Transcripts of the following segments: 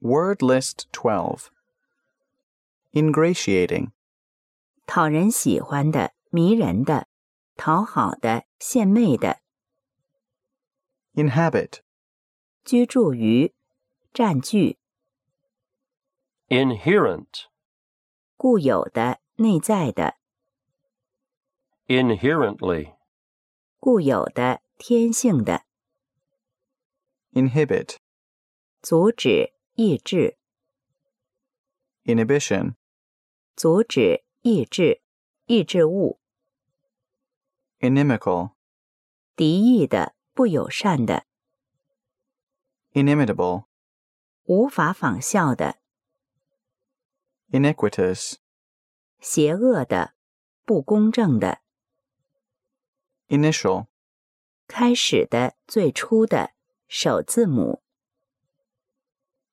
Word List 12 Ingratiating, 讨人喜欢的、迷人的、讨好的、献媚的， Inhabit, 居住于、占据 inherent, 固有的、内在的、 inherently, 固有的、天性的， Inhibit, 阻止、抑制、 Inhibition, 阻止、抑制、抑制物、 Inimical, 敌意的、不友善的、 Inimitable, 无法仿效的、 Iniquitous, 邪恶的、不公正的、 Initial, 开始的、最初的首字母、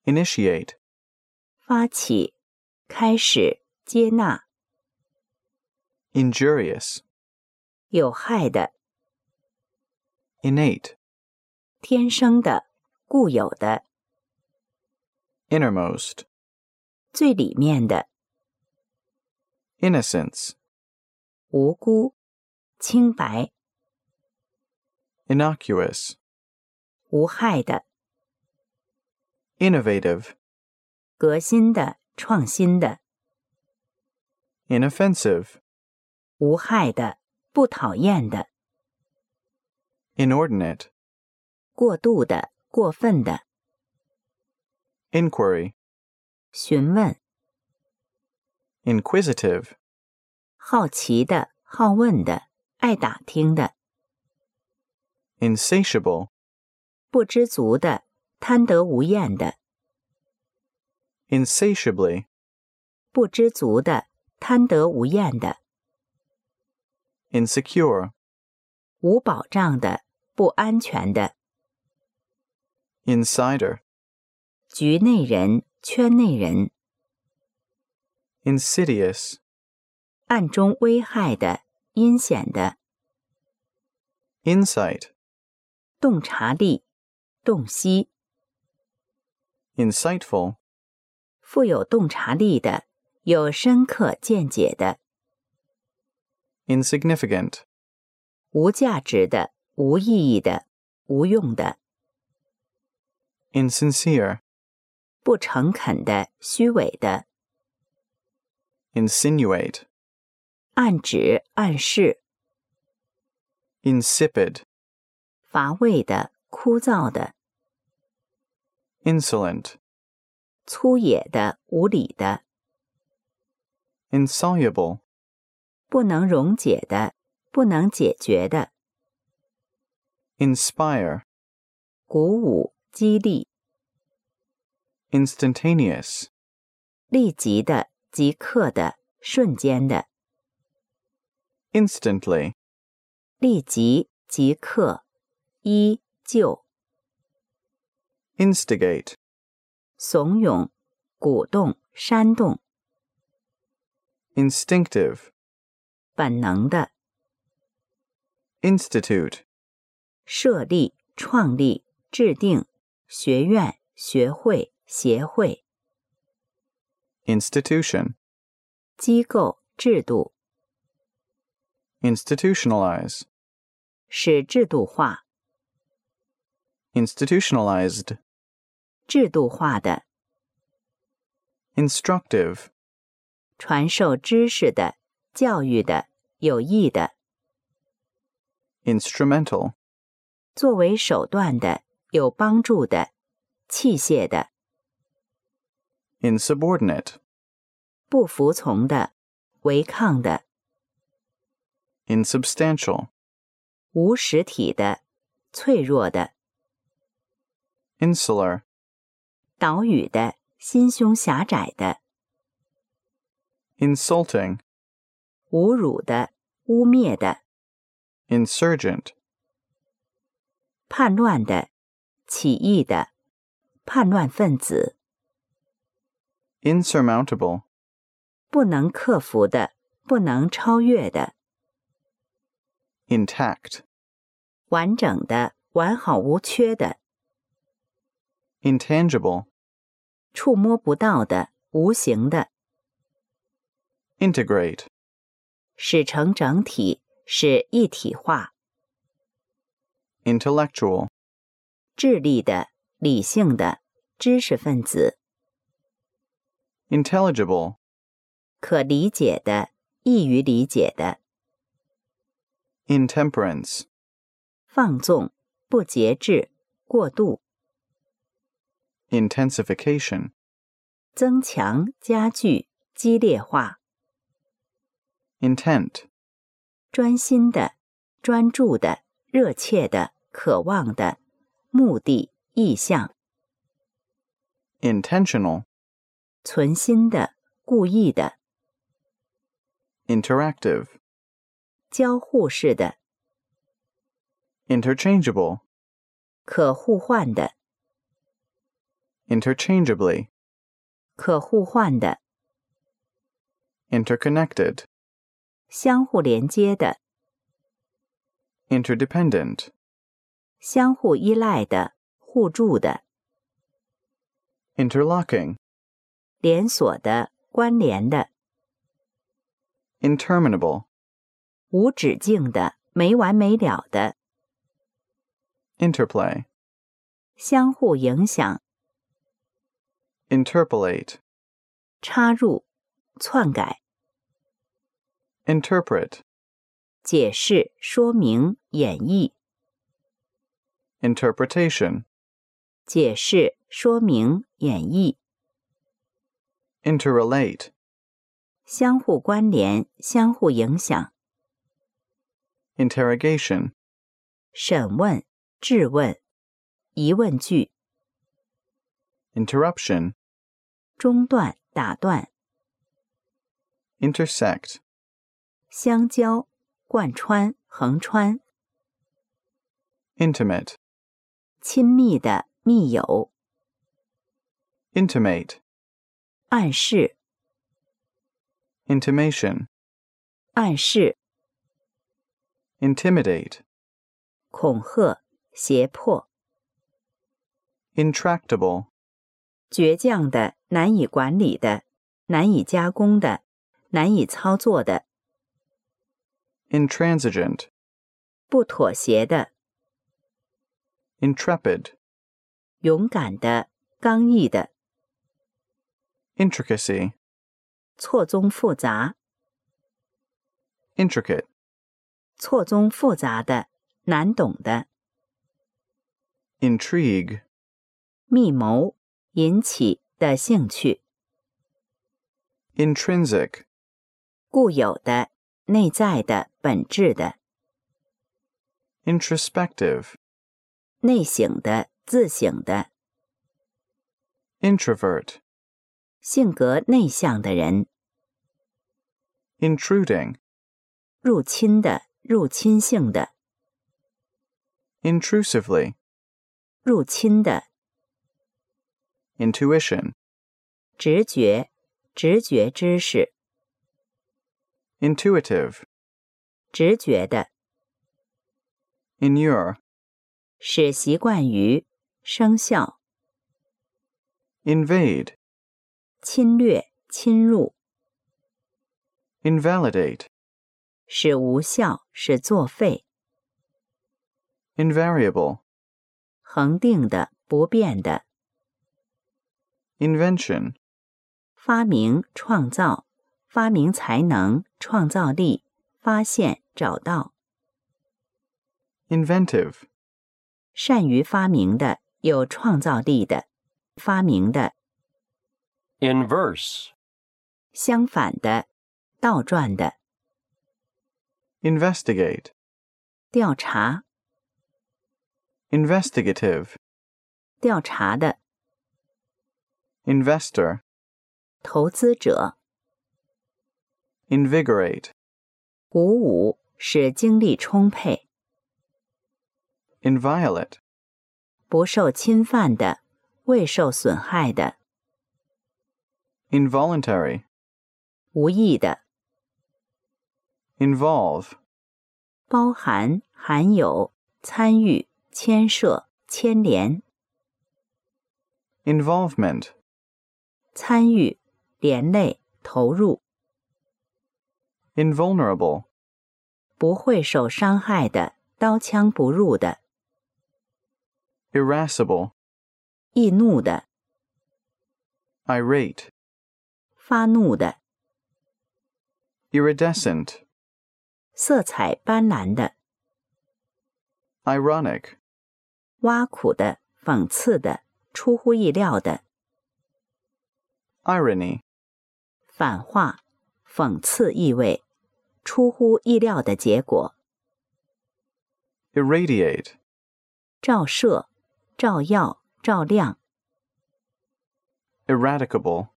Initiate, 发起、开始、接纳、 Injurious, 有害的、 Innate, 天生的、固有的、 Innermost, 最里面的、 Innocence, 无辜、清白、 Innocuous, 无害的、 Innovative, 革新的、创新的、 Inoffensive, 无害的、不讨厌的、 Inordinate, 过度的、过分的 Inquiry, 询问、 Inquisitive, 好奇的、好问的、爱打听的、 Insatiable, 不知足的、贪得无厌的、 Insatiably, 不知足的、贪得无厌的、 Insecure, 无保障的、不安全的、 Insider, 局内人、圈内人、 Insidious, 暗中危害的、阴险的、 Insight, 洞察力、洞悉、 Insightful, 富有洞察力的、有深刻见解的、 Insignificant, 无价值的、无意义的、无用的、 Insincere, 不诚恳的、虚伪的、 Insinuate, 暗指、暗示、 Insipid, 乏味的、枯燥的、 Insolent, 粗野的、无理的、 Insoluble, 不能溶解的、不能解决的、 Inspire, 鼓舞、激励、 Instantaneous, 立即的、即刻的、瞬间的、 Instantly, 立即、即刻、依旧、 Instigate, 怂恿、鼓动、煽动、 Instinctive, 本能的、 Institute, 设立、创立、制定、学院、学会、协会、 Institution, 机构、制度， Institutionalize, 使制度化、 Institutionalized, 制度化的、 Instructive, 传授知识的、教育的、有益的、 Instrumental, 作为手段的、有帮助的、器械的、 Insubordinate, 不服从的、违抗的、 Insubstantial, 无实体的、脆弱的、 Insular, 岛屿的、心胸狭窄的、 Insulting, 侮辱的、污蔑的、 Insurgent, 叛乱的、起义的、叛乱分子、 Insurmountable, 不能克服的、不能超越的、 Intact, 完整的、完好无缺的、 Intangible, 触摸不到的、无形的， integrate, 使成整体，使一体化。 intellectual, 智力的、理性的、知识分子， intelligible, 可理解的、易于理解的， intemperance, 放纵、不节制、过度、 intensification, 增强、加剧、激烈化、 intent, 专心的、专注的、热切的、渴望的、目的、意向、 intentional, 存心的、故意的、 interactive, 交互式的、 interchangeable, 可互换的、 interchangeably, 可互换的、 interconnected, 相互连接的、 interdependent, 相互依赖的、互助的、 interlocking, 连锁的、关联的、 interminable, 无止境的、没完没了的、 interplay, 相互影响、 interpolate, 插入、篡改、 interpret, 解释、说明、演绎、 interpretation, 解释、说明、演绎、 interrelate, 相互关联、相互影响、 interrogation, 审问、质问、疑问句、 interruption, 中断、打断、 intersect, 相交、贯穿、横穿、 intimate, 亲密的、密友、 intimate, 暗示、 intimation, 暗示、 intimidate, 恐吓、胁迫、 intractable, 倔强的、难以管理的、难以加工的、难以操作的、 intransigent, 不妥协的、 intrepid, 勇敢的、刚毅的、 intricacy, 错综复杂、 intricate, 错综复杂的、难懂的、 intrigue, 密谋、引起的兴趣、 intrinsic, 固有的、内在的、本质的、 introspective, 内省的、自省的、 introvert, 性格内向的人、 intruding, 入侵的、入侵性的、 intrusively, 入侵的、 intuition, 直觉、直觉知识、 intuitive, 直觉的， inure, 使习惯于生效、 invade, 侵略、侵入， invalidate, 使无效、使作废、 invariable, 恒定的、不变的。 invention, 发明、创造、发明才能、创造力、发现、找到、 inventive, 善于发明的、有创造力的、发明的、 inverse, 相反的、倒转的、 investigate, 调查、 investigative, 调查的、 investor, 投资者、 invigorate, 鼓舞，使精力充沛、 inviolate, 不受侵犯的、未受损害的、 involuntary, 无益的、 involve, 包含、含有、参与、牵涉、牵连、 involvement, 参与、连累、投入， invulnerable, 不会受伤害的，刀枪不入的， irascible, 易怒的， irate, 发怒的， iridescent, 色彩斑斓的， ironic, 挖苦的、讽刺的、出乎意料的、 irony, 反话、讽刺意味、出乎意料的结果、 irradiate, 照射、照耀、照亮、 eradicable,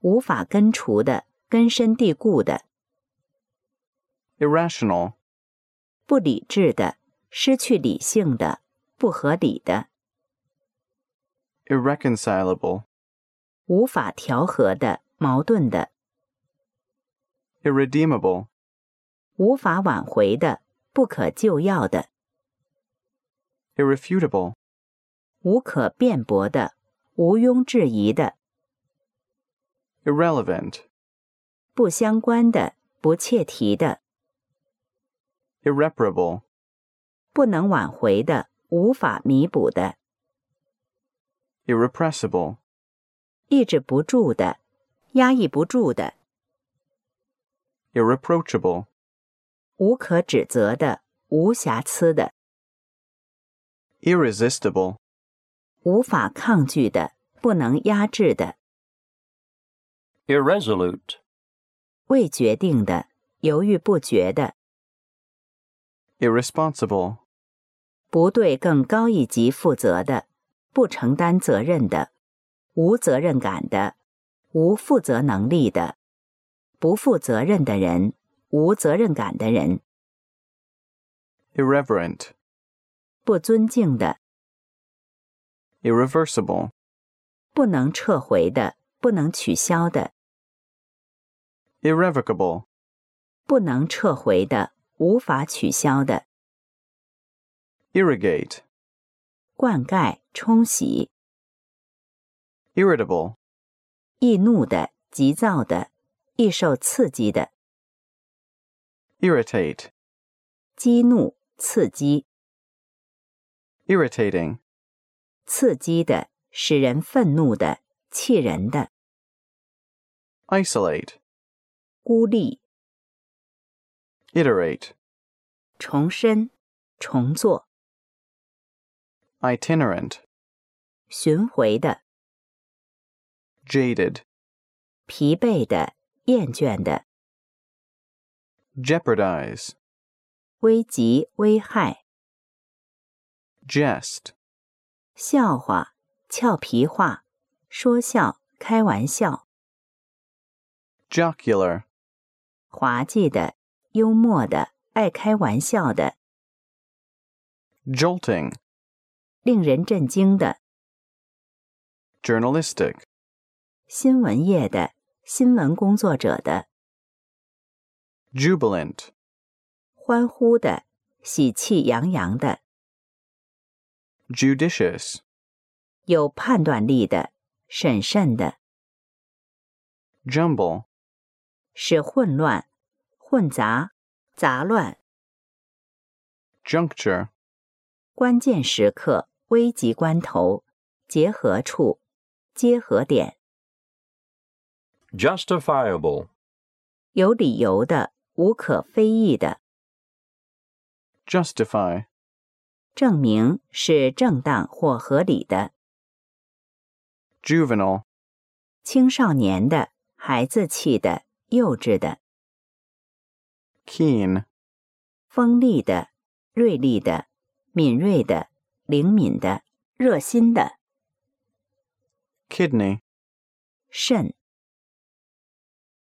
无法根除的、根深蒂固的、 irrational, 不理智的、失去理性的、不合理的、 irreconcilable, 无法调和的、矛盾的、 irredeemable, 无法挽回的、不可救药的、 irrefutable, 无可辩驳的、毋庸置疑的、 irrelevant, 不相关的、不切题的。 irreparable, 不能挽回的、无法弥补的、 irrepressible, 抑制不住的、压抑不住的、 irreproachable, 无可指责的、无瑕疵的、 irresistible, 无法抗拒的、不能压制的、 irresolute, 未决定的、犹豫不决的、 irresponsible, 不对更高一级负责的、不承担责任的、无责任感的、无负责能力的、不负责任的人、无责任感的人、 irreverent, 不尊敬的、 irreversible, 不能撤回的、不能取消的、 irrevocable, 不能撤回的、无法取消的、 irrigate, 灌溉、冲洗、 irritable, 易怒的、急躁的、易受刺激的、 irritate, 激怒、刺激、 irritating, 刺激的、使人愤怒的、气人的、 isolate, 孤立、 iterate, 重申、重做、 itinerant, 巡回的、 jaded, 疲惫的、厌倦的、 jeopardize, 危及、危害、 jest, 笑话、俏皮话、说笑、开玩笑。 jocular, 滑稽的、幽默的、爱开玩笑的、 jolting, 令人震惊的、 journalistic, 新闻业的、新闻工作者的、 jubilant, 欢呼的、喜气洋洋的、 judicious, 有判断力的、审慎的、 jumble, 使混乱、混杂、杂乱、 juncture, 关键时刻、危急关头、结合处、结合点、 justifiable, 有理由的、无可非议的、 justify, 证明是正当或合理的。 juvenile, 青少年的、孩子气的、幼稚的、 keen, 锋利的、锐利的、敏锐的、灵敏的、热心的、 kidney, 肾、